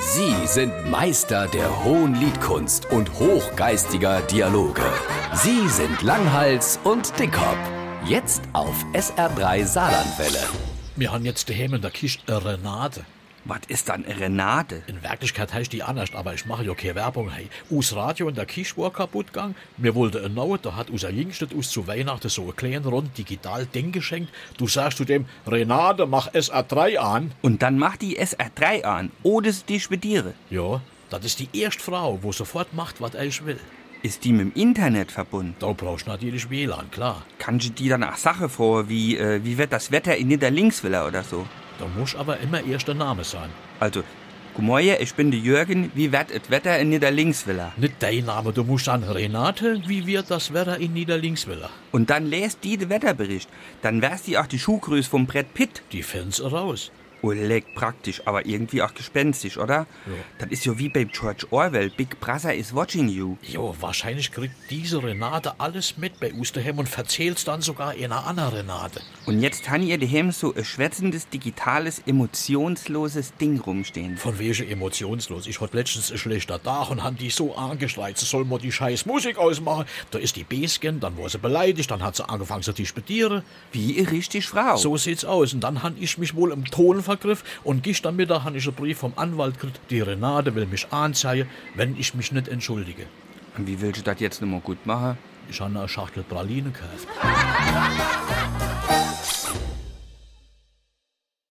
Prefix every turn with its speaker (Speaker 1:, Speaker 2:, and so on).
Speaker 1: Sie sind Meister der hohen Liedkunst und hochgeistiger Dialoge. Sie sind Langhals und Dickhop. Jetzt auf SR3 Saarlandwelle.
Speaker 2: Wir haben jetzt daheim in der Kiste eine Renate.
Speaker 3: Was ist dann Renate?
Speaker 2: In Wirklichkeit heißt die anders, aber ich mache ja keine Werbung. Hey, us Radio in der Kiste war kaputt gegangen. Mir wollte ein Nau, da hat unser Jüngstet uns zu Weihnachten so ein kleinen rund digital Ding geschenkt. Du sagst zu dem, Renate, mach SR3 an.
Speaker 3: Und dann macht die SR3 an, oder sie dich bediere.
Speaker 2: Ja, das ist die erste Frau, wo sofort macht, was ich will.
Speaker 3: Ist die mit dem Internet verbunden?
Speaker 2: Da brauchst du natürlich WLAN, klar.
Speaker 3: Kannst du die dann auch Sache vor, wie, äh, wie wird das Wetter in Niederlinksvilla oder so?
Speaker 2: Da muss aber immer erst der Name sein.
Speaker 3: Also, Gumoje, ich bin der Jürgen, wie wird das Wetter in Niederlinksvilla?
Speaker 2: Nicht dein Name, du musst sagen, Renate, wie wird das Wetter in Niederlinksvilla?
Speaker 3: Und dann lest die den Wetterbericht. Dann wärst die auch die Schuhgröße vom Brett Pitt.
Speaker 2: Die Fans raus.
Speaker 3: Oleg, praktisch, aber irgendwie auch gespenstisch, oder?
Speaker 2: Ja.
Speaker 3: Das ist ja wie bei George Orwell, Big Brother is watching you.
Speaker 2: Jo, wahrscheinlich kriegt diese Renate alles mit bei Usterhem und verzählt's dann sogar einer anderen Renate.
Speaker 3: Und jetzt haben ihr daheim so ein schwätzendes, digitales, emotionsloses Ding rumstehen.
Speaker 2: Von wegen emotionslos. Ich hatte letztens einen schlechter Tag und han die so angeschreit, sie soll mal die scheiß Musik ausmachen. Da ist die Besken, dann war sie beleidigt, dann hat sie angefangen zu disputieren.
Speaker 3: Wie eine richtig Frau.
Speaker 2: So sieht's aus. Und dann han ich mich wohl im Ton vergriff und gestern Mittag han ich einen Brief vom Anwalt gekriegt, die Renate will mich anzeigen, wenn ich mich nicht entschuldige.
Speaker 3: Und wie willst du das jetzt nochmal gut machen?
Speaker 2: Ich han eine Schachtel Praline gekauft.